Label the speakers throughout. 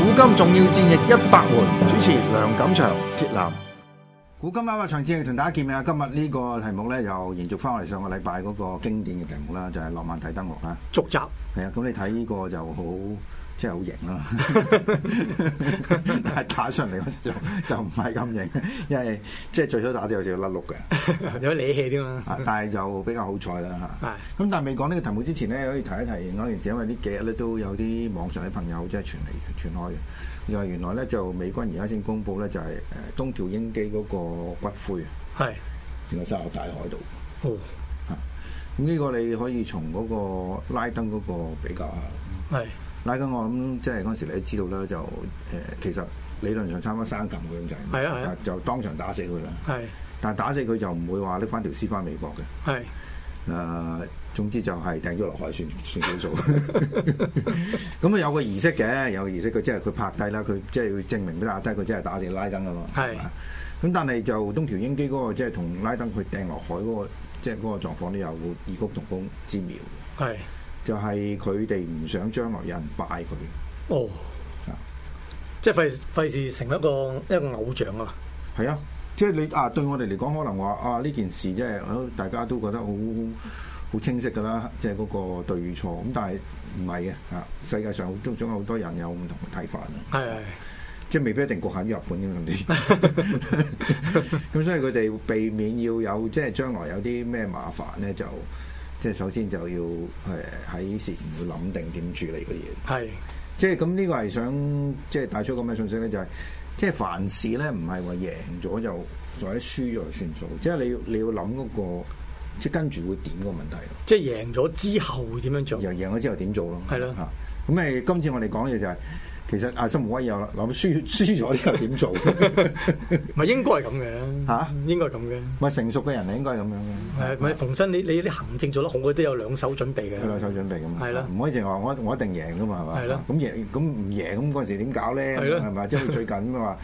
Speaker 1: 古今重要戰役一百回，主持梁錦祥、鐵男。
Speaker 2: 古今啱啱場戰役同大家見面啦。啊今日呢個題目咧，又延續翻我哋上個禮拜嗰個經典嘅題目啦，就係、浪漫睇燈籠啦。
Speaker 3: 續集。
Speaker 2: 係啊，咁你睇呢個就好，即係好型 啦。 但係打上嚟嗰時就就唔係咁型，因為即係最初打就有少少甩碌嘅，
Speaker 3: 有理氣添嘛。
Speaker 2: 啊但係就比較好彩啦嚇。咁但係未講呢個題目之前咧，可以提一提嗰件事，因為呢幾日咧都有啲網上嘅朋友即係傳嚟傳開嘅，就係原來咧就美軍而家先公布咧就係誒東條英機嗰個骨灰，啊
Speaker 3: 係。
Speaker 2: 原來塞落大海度。
Speaker 3: 哦，
Speaker 2: 咁呢個你可以從嗰個拉登嗰個比較下。
Speaker 3: 係。
Speaker 2: 拉緊我諗，即係嗰陣時你都知道啦，就誒、呃其實理論上差唔多生擒佢咁滯，
Speaker 3: 係啊係啊
Speaker 2: 但就當場打死佢啦。
Speaker 3: 係。
Speaker 2: 但係打死佢就唔會話拎翻條屍翻美國嘅。
Speaker 3: 係。
Speaker 2: 誒、啊總之就係掟咗落海算 算少數。咁啊有個儀式嘅，有個儀式佢即係佢拍低啦，佢即係要證明俾大家睇，佢真係打死拉登啊嘛。
Speaker 3: 係
Speaker 2: 嘛咁但係就東條英機嗰、個即係同拉登佢掟落海嗰、個，即係嗰個狀況都有異曲同工之妙嘅，
Speaker 3: 係。
Speaker 2: 就係佢哋唔想將來有人拜佢。啊
Speaker 3: 哦。即係費費事成一個一個偶像啊嘛。
Speaker 2: 係啊，即係你啊，對我哋嚟講，可能話啊呢件事即係呃大家都覺得好好清晰㗎啦，即係嗰個對與錯。咁但係唔係嘅啊，世界上總總有好多人有唔同嘅睇法啊
Speaker 3: 係係。
Speaker 2: 即係未必一定局限於日本咁樣啲。 咁所以佢哋避免要有即係將來有啲咩麻煩咧，就即係首先就要誒喺事前要諗定點處理嗰啲嘢。
Speaker 3: 係。
Speaker 2: 即係咁呢個係想即係帶出咁嘅信息咧，就係、即係凡事咧唔係話贏咗就或者輸咗就算數，即係你要你要諗嗰、個即係跟住會點個問題咯，
Speaker 3: 即係贏咗之後會點樣做？
Speaker 2: 又贏咗之後點做咯，
Speaker 3: 係咯
Speaker 2: 嚇。咁誒，今次我哋講嘅就係、其實阿森無威有啦，諗輸 輸咗之後點做？
Speaker 3: 唔係應該係咁嘅。
Speaker 2: 嚇
Speaker 3: 應該係咁嘅。
Speaker 2: 咪成熟嘅人係應該係咁樣嘅。
Speaker 3: 係啊咪逢親你你啲行政做得好，佢都有兩手準備嘅。
Speaker 2: 有兩手準備咁嘛，
Speaker 3: 係啦
Speaker 2: 唔可以淨係話我我一定贏噶嘛，係嘛？
Speaker 3: 係啦
Speaker 2: 咁贏咁唔贏咁嗰陣時點搞咧？
Speaker 3: 係啦
Speaker 2: 係咪？即係最近咁話，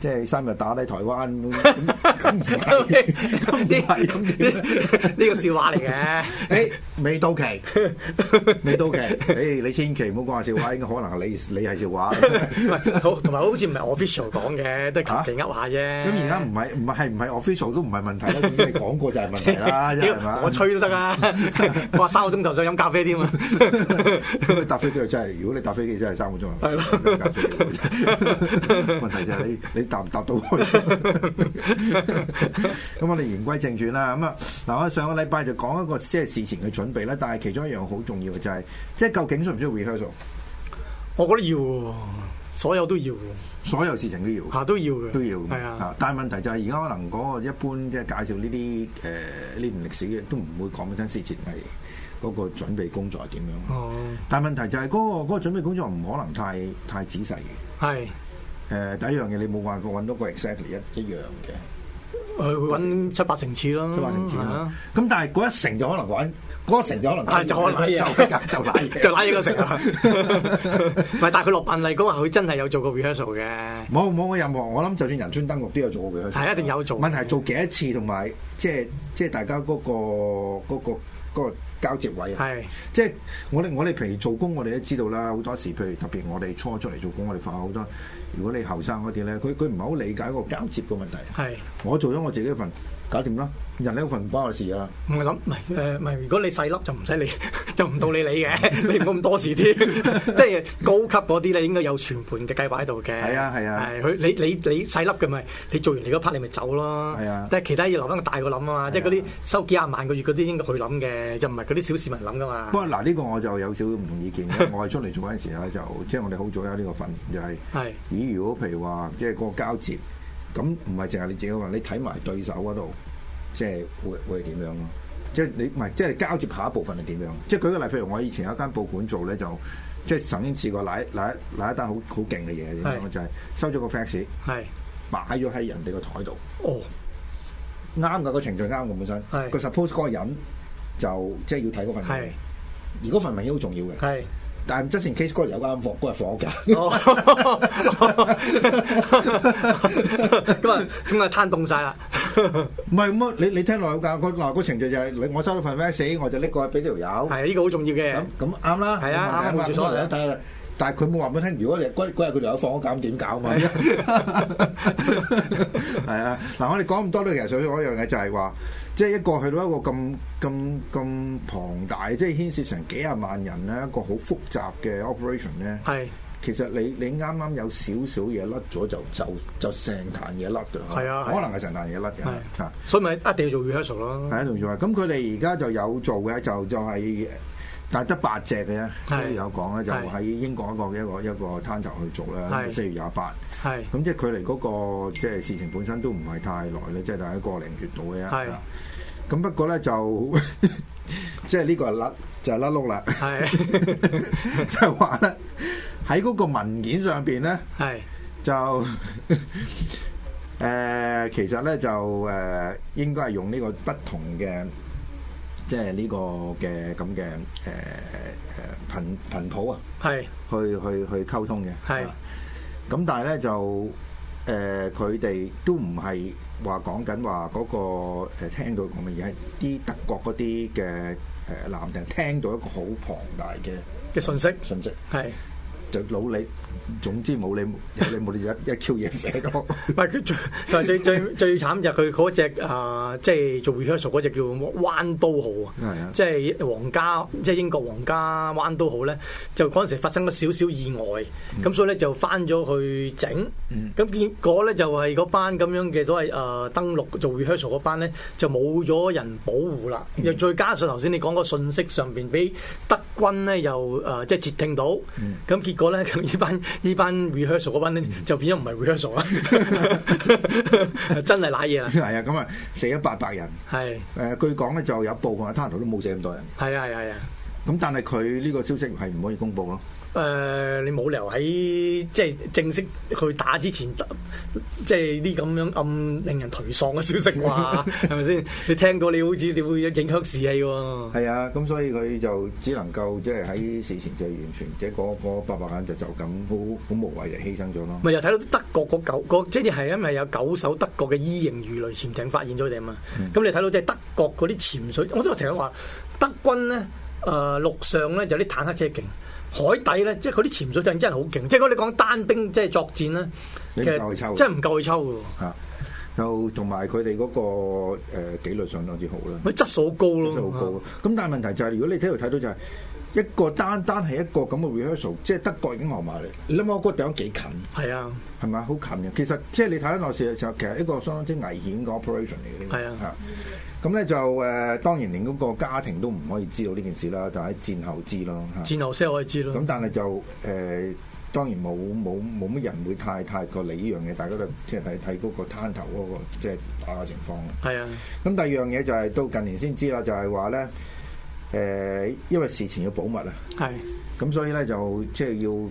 Speaker 2: 即係三日打低台灣咁，咁唔係咁唔係咁點咧？
Speaker 3: 呢個笑話嚟嘅。
Speaker 2: 誒未到期，未到期，誒你千祈唔好講下笑話，應該可能係你你係笑話。
Speaker 3: 唔係好，同埋好似唔係 official 講嘅，都係求其噏下啫。
Speaker 2: 咁而家唔係唔係係唔係 official 都唔係問題啦，總之你講過就係問題啦，真係嘛？
Speaker 3: 我吹都 得啊！我話三個鐘頭想飲咖啡添啊！
Speaker 2: 咁你 搭飛機就真係，如果你搭飛機真係三個鐘頭，
Speaker 3: 係咯
Speaker 2: 搭飛機問題就係 你你搭唔搭到 去？咁我哋言歸正傳啦，咁啊嗱，我上個禮拜就講一個即係事前嘅準備啦，但係其中一樣好重要嘅就係、即係究竟需唔需要 rehearsal？
Speaker 3: 我覺得要喎，所有都要喎
Speaker 2: 所有事情都要。
Speaker 3: 嚇都要嘅，
Speaker 2: 都要
Speaker 3: 係啊，，
Speaker 2: 但係問題就係而家可能嗰個一般即係介紹呢啲誒呢段歷史嘅都唔會講俾你聽事前係嗰個準備工作係點樣。
Speaker 3: 哦，
Speaker 2: 但係問題就係嗰、個嗰、個準備工作唔可能太太仔細嘅。
Speaker 3: 係
Speaker 2: 誒、第一樣嘢你冇辦法揾到個 exactly 一一樣嘅
Speaker 3: 佢會揾呃七八成次咯，
Speaker 2: 出發成字
Speaker 3: 係
Speaker 2: 啦
Speaker 3: 啊，。
Speaker 2: 咁但係嗰一成就可能玩，嗰一成就可能
Speaker 3: 係就可能
Speaker 2: 就
Speaker 3: 賴 嘢
Speaker 2: 就賴嘢，
Speaker 3: 就揦嘢個 成啊！ 唔係，但係佢落辦例講話，佢真係有做過 rehearsal 嘅，
Speaker 2: 冇冇嘅任何，我諗就算人專登錄都有做過嘅，
Speaker 3: 係一定有做
Speaker 2: 問題係做幾多次同埋即係即係大家嗰、個嗰、個嗰個交接位啊。
Speaker 3: 係
Speaker 2: 即係我哋我哋譬如做工，我哋都知道啦，好多時譬如特別我哋初出嚟做工，我哋發覺好多，如果你後生嗰啲咧，佢佢唔係好理解個交接嘅問題。
Speaker 3: 係
Speaker 2: 我做咗我自己一份，搞掂啦。人呢份唔關我事㗎啦。
Speaker 3: 唔係諗，唔係誒，唔係如果你細粒就唔使理，就唔到你理嘅，你唔好咁多事添。即係高級嗰啲咧，應該有全盤嘅計劃喺度嘅。
Speaker 2: 係啊係啊
Speaker 3: 係佢你你你細粒嘅咪，你做完你嗰 part 你咪走咯。
Speaker 2: 係啊
Speaker 3: 但係其他嘢留翻個大個諗啊嘛，即係嗰
Speaker 2: 係
Speaker 3: 啲
Speaker 2: 啊
Speaker 3: 收幾廿萬個月嗰啲應該佢諗嘅，就唔係嗰啲小市民諗噶嘛
Speaker 2: 不。過嗱，呢個我就有少少唔同意見嘅。我係出嚟做嗰陣時咧，就即係我哋好早有呢個訓練，就係、
Speaker 3: 係
Speaker 2: 咦，如果譬如話即係個交接，咁唔係淨係你自己話，你睇埋對手嗰度，即係會會係點樣咯？即係你唔係，即係你交接下一部分係點樣？即係舉個例，譬如我以前有一間報館做咧，就即係曾經試過攋攋攋一單好好勁嘅嘢，點樣
Speaker 3: 係
Speaker 2: 就係收咗個 fax
Speaker 3: 係
Speaker 2: 擺咗喺人哋個台度。
Speaker 3: 哦
Speaker 2: 啱㗎，個程序啱嘅本身。
Speaker 3: 係
Speaker 2: 個 suppose 嗰個人就即係要睇嗰份文
Speaker 3: 係
Speaker 2: 件，而嗰份文件好重要嘅。
Speaker 3: 係。
Speaker 2: 但係 just in case 嗰日有間房，嗰日放假。
Speaker 3: 哦，咁啊，咁啊，攤凍晒啦。
Speaker 2: 唔係咁啊！你你聽落有㗎，個嗱個程序就係你我收到份 fax，我就拎過去俾條友。
Speaker 3: 係啊，呢個好重要嘅
Speaker 2: 咁。咁啱啦。
Speaker 3: 係啊啱啊冇
Speaker 2: 咁
Speaker 3: 錯
Speaker 2: 我哋
Speaker 3: 係
Speaker 2: 但係但係佢冇話俾我聽，如果你嗰嗰日佢條友放咗假，咁點搞啊嘛？ 係啊，嗱，我哋講咁多咧，其實想講一樣嘢就係話，即係一個去到一個咁咁咁龐大，即係牽涉成幾廿萬人咧，一個好複雜嘅 operation 咧。
Speaker 3: 係
Speaker 2: 其實你你啱啱有少少嘢甩咗就就就成壇嘢甩㗎啦，
Speaker 3: 係啊係
Speaker 2: 可能係成壇嘢甩嘅
Speaker 3: 係
Speaker 2: 啊。
Speaker 3: 所以咪一定要做 rehearsal 咯。
Speaker 2: 係啊，同住話，咁佢哋而家就有做嘅，就就係、呃但係得八隻嘅啫，
Speaker 3: 係
Speaker 2: 都有講咧，就
Speaker 3: 係
Speaker 2: 喺英國一個嘅一個一個攤頭去做啦，
Speaker 3: 係
Speaker 2: 四月廿八。
Speaker 3: 係
Speaker 2: 咁即係距離嗰、個即係事情本身都唔係太耐咧，即係大概個零月度嘅啫啊
Speaker 3: 係。
Speaker 2: 咁不過咧就 即係呢個係甩就係甩碌 啦，
Speaker 3: 係
Speaker 2: 即係話咧喺嗰個文件上邊咧。
Speaker 3: 係
Speaker 2: 就 誒、其實咧就誒、應該係用呢個不同嘅，即係呢個嘅咁嘅誒誒頻頻譜啊，
Speaker 3: 係
Speaker 2: 去去去溝通嘅。
Speaker 3: 係
Speaker 2: 啊咁但係咧就誒，佢哋都唔係話講緊話嗰個誒聽到咁嘅嘢，而係啲德國嗰啲嘅誒男人聽到一個好龐大嘅
Speaker 3: 嘅信息
Speaker 2: 信息。
Speaker 3: 係。
Speaker 2: 就老你，總之冇你有你冇你一一 Q 嘢寫咯。
Speaker 3: 唔係佢最 就係最最最慘就係佢嗰只啊，即係做 rehearsal 嗰只叫彎刀號
Speaker 2: 係啊
Speaker 3: 啊，即係皇家即係英國皇家彎刀號咧，就嗰陣時發生咗少少意外，咁所以咧就翻咗去整，咁結果咧就係嗰班咁樣嘅所謂啊登陸做 rehearsal 嗰班咧就冇咗人保護啦，又再加上頭先你講個信息上邊俾德軍咧又誒即係截聽到，咁結果咧咁呢 班呢班 rehearsal 嗰班咧就變咗唔係 rehearsal 啦， 真係賴嘢啦，
Speaker 2: 係啊，咁啊死咗八百人。
Speaker 3: 係
Speaker 2: 誒、據講咧就有部分嘅攤頭都冇死咁多人。
Speaker 3: 係啊係啊係啊。
Speaker 2: 咁 但係佢呢個消息係唔可以公佈咯。
Speaker 3: 誒、呃你冇理由喺即係正式去打之前，即係啲咁樣咁令人頹喪嘅消息啩， 係咪先？你聽到你好似你會影響士氣喎。
Speaker 2: 係啊，咁所以佢就只能夠即係喺事前就完全即係嗰嗰八百人就就咁好好無謂地犧牲咗咯。
Speaker 3: 咪又睇到德國嗰九個，即係因為有九艘德國嘅 E 型魚雷潛艇發現咗佢哋啊嘛。
Speaker 2: 嗯
Speaker 3: 咁、你睇到即係德國嗰啲潛水，我都成日話德軍咧，誒、陸上咧就啲坦克車勁，海底咧即係佢啲潛水艇真係好勁。即係如果你講單兵即係作戰咧，
Speaker 2: 你唔
Speaker 3: 其實
Speaker 2: 夠佢抽嘅
Speaker 3: 真係唔夠佢抽嘅喎。
Speaker 2: 嚇、就同埋佢哋嗰個誒、紀律相當之好啦。
Speaker 3: 咪質素好高咯，
Speaker 2: 真係好高。咁但係問題就係、如果你睇度睇到就係、一個單單係一個咁嘅 rehearsal，即係德國已經行埋嚟，你諗下嗰個地方幾近，
Speaker 3: 係啊，
Speaker 2: 係咪啊好近嘅。其實即係你睇得耐時嘅時候，其實一個相當之危險嘅 operation 嚟嘅呢個。
Speaker 3: 係啊
Speaker 2: 嚇。咁咧就誒、當然連嗰個家庭都唔可以知道呢件事啦，就喺戰後知咯嚇。
Speaker 3: 戰後先可以知
Speaker 2: 咁
Speaker 3: 咯。
Speaker 2: 但係就誒、當然冇冇冇乜人會太太過理呢樣嘢，大家都即係睇睇嗰個攤頭嗰、個即係打嘅情況啦。
Speaker 3: 係啊，
Speaker 2: 咁第二樣嘢就係到近年先知啦，就係話咧，誒、因為事前要保密啊，
Speaker 3: 係
Speaker 2: 咁所以咧就即係要誒、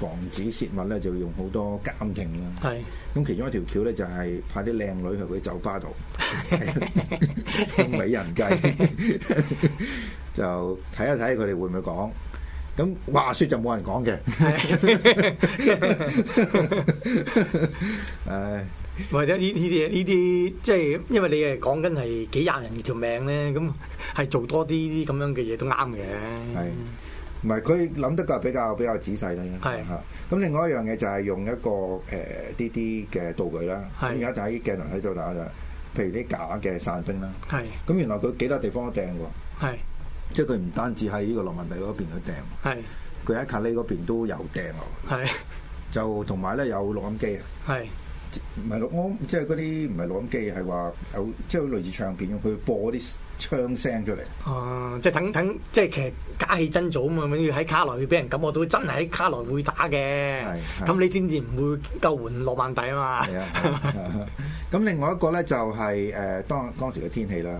Speaker 2: 防止泄密咧，就要用好多監聽啦。
Speaker 3: 係
Speaker 2: 咁其中一條橋咧就係派啲靚女去佢酒吧度， 用美人計， 就睇一睇佢哋會唔會講。咁話說就冇人講嘅， 誒
Speaker 3: 或者呢呢啲嘢呢啲，即係因為你係講緊係幾廿人條命咧，咁係做多啲咁樣嘅嘢都啱嘅。
Speaker 2: 係唔係佢諗得個比較比較仔細啦？應該
Speaker 3: 係
Speaker 2: 嚇咁另外一樣嘢就係用一個誒呢啲嘅道具啦。咁
Speaker 3: 係
Speaker 2: 而家就喺鏡頭睇到大家就譬如啲假嘅散兵啦。
Speaker 3: 係
Speaker 2: 咁原來佢幾多地方都掟喎，
Speaker 3: 係
Speaker 2: 即係佢唔單止喺呢個諾曼第嗰邊去掟，
Speaker 3: 係
Speaker 2: 佢喺卡利嗰邊都有掟喎。
Speaker 3: 係
Speaker 2: 就同埋咧有錄音機啊，
Speaker 3: 係
Speaker 2: 唔係錄我即係嗰啲唔係錄音機，係話有即係類似唱片咁，佢播啲槍聲出嚟。
Speaker 3: 啊！即係等等，即係其實假戲真做啊嘛，要喺卡內俾人感覺到真係喺卡內會打嘅
Speaker 2: 係，係
Speaker 3: 咁你先至唔會救援落曼底 啊
Speaker 2: 係
Speaker 3: 嘛。
Speaker 2: 啊係啊，咁另外一個咧就係、誒、當當時嘅天氣啦。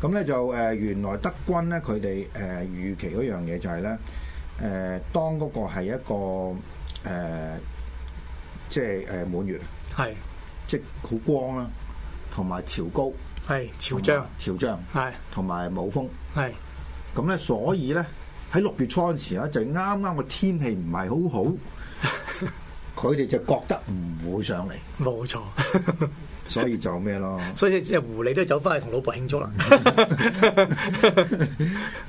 Speaker 2: 咁咧就誒、原來德軍咧佢哋誒預期嗰樣嘢就係咧誒當嗰個係一個誒、即係誒、滿月，
Speaker 3: 係
Speaker 2: 即係好光啦，同埋潮高、
Speaker 3: 係潮漲，
Speaker 2: 潮漲
Speaker 3: 係
Speaker 2: 同埋冇風。
Speaker 3: 係
Speaker 2: 咁咧，所以咧喺六月初嗰陣時咧，就啱啱個天氣唔係 好好，佢哋就覺得唔會上嚟，
Speaker 3: 冇錯。
Speaker 2: 所以就咩咯。
Speaker 3: 所以即係狐狸都走翻去同老婆慶祝啦。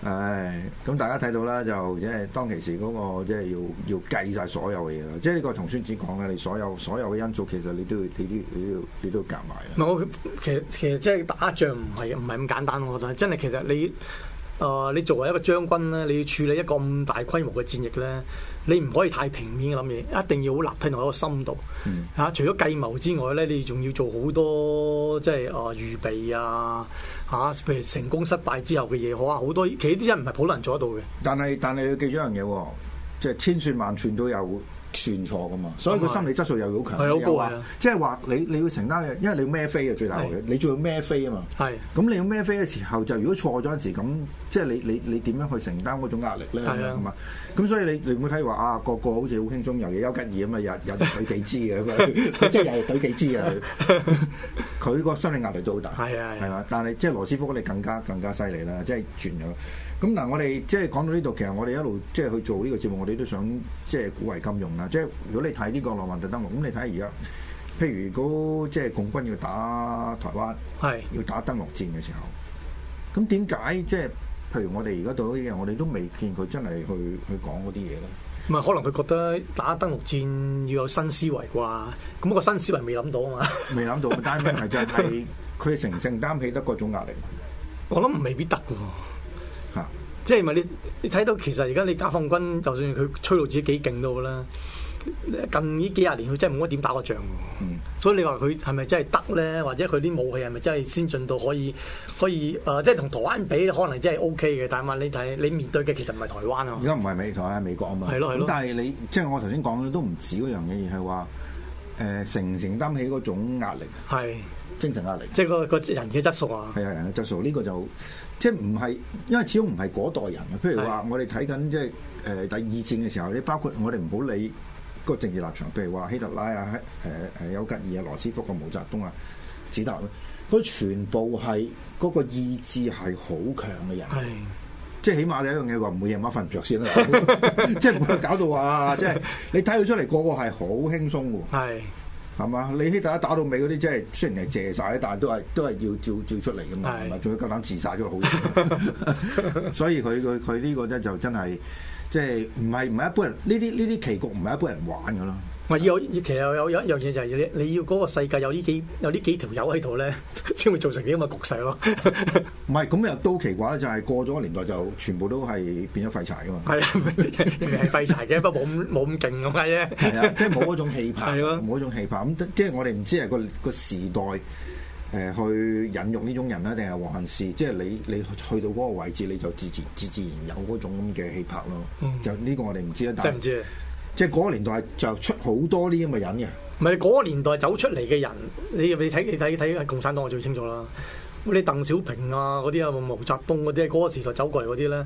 Speaker 2: 唉，咁大家睇到啦，就即係當其時嗰、個即係要要計晒所有嘅嘢啦，即係呢個同孫子講嘅，你所有所有嘅因素其實你都要你都要你都要你都要夾埋
Speaker 3: 唔
Speaker 2: 嘅。
Speaker 3: 係我其實其實即係打仗唔係唔係咁簡單，我覺得真係其實你誒、呃你作為一個將軍咧，你要處理一個咁大規模嘅戰役咧，你唔可以太平面嘅諗嘢，一定要好立體同一個深度嚇、啊除咗計謀之外咧，你仲要做好多即係誒、呃、預備啊嚇、啊譬如成功失敗之後嘅嘢，哇好多其實呢啲真係唔係普通人做得到嘅。
Speaker 2: 但係但係你要記住一樣嘢喎，即係千算萬算都有算錯噶嘛，所以個心理質素又好強，
Speaker 3: 係好高
Speaker 2: 又話
Speaker 3: 係啊
Speaker 2: 即係話你你要承擔嘅，因為你要孭飛啊嘅最大鑊
Speaker 3: 係
Speaker 2: 嘅，你仲要孭飛啊嘛。
Speaker 3: 係
Speaker 2: 咁你要孭飛嘅時候，就如果錯咗嗰陣時，咁即係你你你點樣去承擔嗰種壓力咧？
Speaker 3: 係啊
Speaker 2: 咁嘛，咁所以你你唔會睇話啊，個個好似好輕鬆，尤其丘吉爾咁啊，日日懟幾支嘅咁樣，即係日日懟幾支啊！佢佢個心理壓力都好大，
Speaker 3: 係啊係啊
Speaker 2: 係嘛？但係即係羅斯福你更加更加犀利啦，即係轉咗。咁嗱，我哋即係講到呢度，其實我哋一路即係去做呢個節目，我哋都想即係古為今用啦。即係如果你睇呢個《羅曼特登陸》，咁你睇下而家，譬如嗰即係共軍要打台灣。
Speaker 3: 係
Speaker 2: 要打登陸戰嘅時候，咁點解即係譬如我哋而家到呢樣，我哋都未見佢真係去去講嗰啲嘢 咧？
Speaker 3: 唔係可能佢覺得打登陸戰要有新思維啩？咁、個新思維未諗到啊嘛。
Speaker 2: 未諗到，但係問題 就係佢承唔承擔起得嗰種壓力
Speaker 3: 我諗未必得嘅喎。
Speaker 2: 嚇。
Speaker 3: 即係咪你你睇到其實而家你解放軍就算佢吹到自己幾勁都好啦，近呢幾廿年佢真係冇乜點打過仗喎。
Speaker 2: 嗯
Speaker 3: 所以你話佢係咪真係得咧？或者佢啲武器係咪真係先進到可以可以誒、呃即係同台灣比，可能真係 O K 嘅。但係問你睇你面對嘅其實唔係台灣啊嘛
Speaker 2: 而。家唔係美台係美國啊嘛。
Speaker 3: 係咯係咯
Speaker 2: 咁但係你即係我頭先講嘅都唔止嗰樣嘢，而係話誒承唔承擔起嗰種壓力，
Speaker 3: 係
Speaker 2: 精神壓力。
Speaker 3: 即係個個人嘅質素啊。
Speaker 2: 係啊，人嘅質素呢個就即係唔係，因為始終唔係嗰代人啊。譬如話，我哋睇緊即係誒第二戰嘅時候，你包括我哋唔好理個政治立場，譬如話希特拉啊、誒誒丘吉爾啊、羅斯福啊、毛澤東啊、史達林，佢全部係嗰個意志係好強嘅人。
Speaker 3: 係
Speaker 2: 即係起碼你一樣嘢話唔會夜晚瞓唔着先啦， 即係唔會搞到話，即係你睇佢出嚟個個係好輕鬆喎。
Speaker 3: 係
Speaker 2: 係嘛？你希特拉打到尾嗰啲，即係雖然係借晒，但係都係都係要照照出嚟噶嘛，
Speaker 3: 係
Speaker 2: 係咪？仲要夠膽自殺咗好嘢，所以佢佢佢呢個咧就真係即係唔係唔係一般人呢啲呢啲棋局唔係一般人玩噶啦。
Speaker 3: 咪有其實有有一樣嘢就係你你要嗰個世界有呢幾有呢幾條友喺度咧，先會造成啲咁嘅局勢咯。
Speaker 2: 唔係咁又都奇怪咧，就係過咗個年代就全部都係變咗廢柴噶嘛。
Speaker 3: 係啊，人哋係廢柴嘅，不過冇咁冇咁勁咁解啫。
Speaker 2: 係啊，即係冇嗰種氣魄，
Speaker 3: 係咯
Speaker 2: 冇嗰種氣魄。咁即係我哋唔知係個個時代誒、呃去引用呢種人啊啦，定係還是即係你你去到嗰個位置你就自自自自然有嗰種咁嘅氣魄咯。
Speaker 3: 嗯
Speaker 2: 就呢個我哋唔知啦，但
Speaker 3: 真係唔
Speaker 2: 係
Speaker 3: 知啊。
Speaker 2: 即係嗰個年代就出好多呢啲咁嘅人嘅。
Speaker 3: 唔係你嗰個年代走出嚟嘅人，你你睇你睇睇共產黨我最清楚啦。你鄧小平啊嗰啲啊，毛澤東嗰啲，嗰、個時代走過嚟嗰啲咧，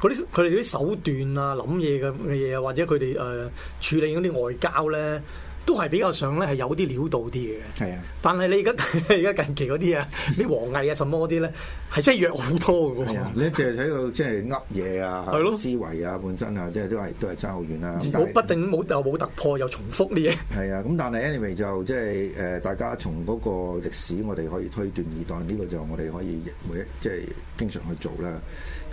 Speaker 3: 佢啲佢哋啲手段啊、諗嘢嘅嘅嘢啊，或者佢哋誒處理嗰啲外交咧，都係比較上咧係有啲料到啲嘅。
Speaker 2: 係啊，
Speaker 3: 但係你而家 而家近期嗰啲啊，啲王毅啊什麼嗰啲咧，係真係弱好多嘅
Speaker 2: 係
Speaker 3: 喎
Speaker 2: 啊，。你就喺度即係噏嘢啊
Speaker 3: 哦係咯，
Speaker 2: 思維啊，本身啊，即係都係都係爭好遠啦。咁但係
Speaker 3: 冇不定冇又冇突破，又重複啲嘢。
Speaker 2: 係啊，咁但係 anyway 就即係誒，大家從嗰個歷史，我哋可以推斷二代，呢、個就我哋可以每一即係經常去做啦。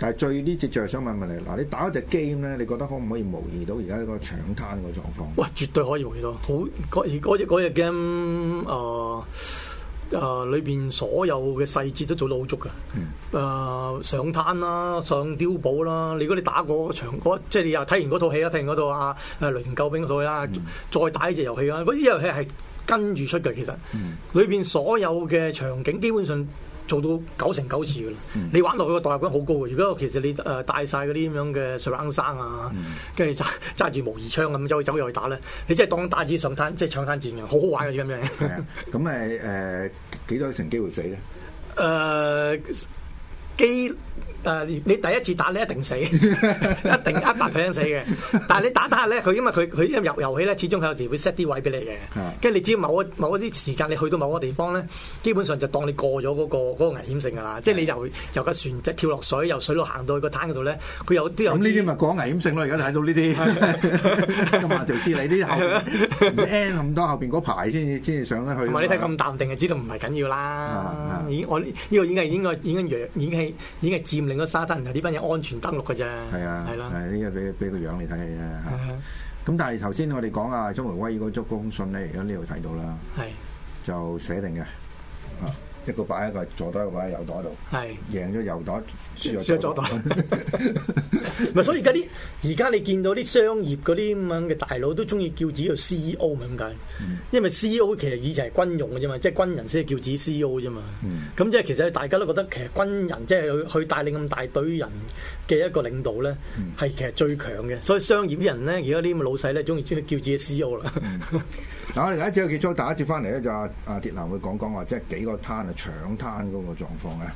Speaker 2: 但係最呢節最係想問問你，嗱，你打一隻 game 咧，你覺得可唔可以模擬到而家呢個搶灘個狀況？
Speaker 3: 呃哇！絕對可以回到好嗰嗰嗰只 game 誒，誒呃裏邊所有嘅細節都做到好足嘅。誒、呃上灘啦，上碉堡啦，你如果你打嗰場嗰即係你又睇完嗰套戲啦，睇完嗰套啊誒雷霆救兵嗰套戲啦，再打呢隻遊戲啦，嗰啲遊戲係跟住出嘅其實，裏邊所有嘅場景基本上。做到九成九次嘅啦。你玩落去個代入感好高嘅。如果其實你誒帶晒嗰啲咁樣嘅水冷衫啊，跟住揸揸住模擬槍咁走走入去打咧，你真係當打子上灘，即係搶灘戰嘅，好好玩嘅咁樣。
Speaker 2: 係啊，咁誒誒幾多成機會死咧？
Speaker 3: 誒呃機誒，你你第一次打你一 定死，一定一百 percent 死嘅。但係你打打下咧，佢因為佢佢因為遊遊戲咧，始終佢有時會 set 啲位俾你嘅
Speaker 2: 係。
Speaker 3: 跟住你只要某一某一啲時間，你去到某個地方咧，基本上就當你過咗嗰、個嗰個危險性㗎啦。即係你由由架船即係跳落水，由水路行到去個灘嗰度咧，佢有都有
Speaker 2: 咁呢啲咪講危險性咯？而家睇到呢啲， 咁啊條屍你呢啲後邊唔知 N 咁多後邊嗰排先至先至上得去㗎嘛。
Speaker 3: 同埋你睇咁淡定，就知道唔係緊要啦
Speaker 2: 啊。
Speaker 3: 已經我呢呢個已經係應該已經揚已經係已經係佔領咗沙灘，然後呢班人安全登陸㗎啫。
Speaker 2: 係啊，
Speaker 3: 係
Speaker 2: 係
Speaker 3: 啦。
Speaker 2: 呢個俾俾個樣你睇嘅啫嚇
Speaker 3: 係啊
Speaker 2: 咁但係頭先我哋講啊，鍾維威嗰封信咧，而家呢度睇到啦，
Speaker 3: 係
Speaker 2: 就寫定嘅，啊一個擺喺個左袋，一個擺喺右袋度，
Speaker 3: 係。
Speaker 2: 贏咗右袋，輸
Speaker 3: 輸咗
Speaker 2: 咗
Speaker 3: 左
Speaker 2: 左
Speaker 3: 袋
Speaker 2: 袋。
Speaker 3: 咪所以而家啲而家你見到啲商業嗰啲咁樣嘅大佬都中意叫自己做 CEO 咪咁解？
Speaker 2: 嗯
Speaker 3: 因為 CEO 其實以前係軍用嘅啫嘛，即係軍人先係叫自己 CEO 啫嘛。
Speaker 2: 嗯
Speaker 3: 咁、即係其實大家都覺得其實軍人即係去去帶領咁大隊人嘅一個領導咧，
Speaker 2: 嗯
Speaker 3: 係、其實最強嘅。所以商業啲人咧，而家啲咁嘅老細咧，中意中意叫自己 CEO 啦。
Speaker 2: 嗱，我哋第一節有結束，第一節翻嚟咧就阿阿鐵男會講講話，即係幾個攤啊搶攤嗰個狀況咧。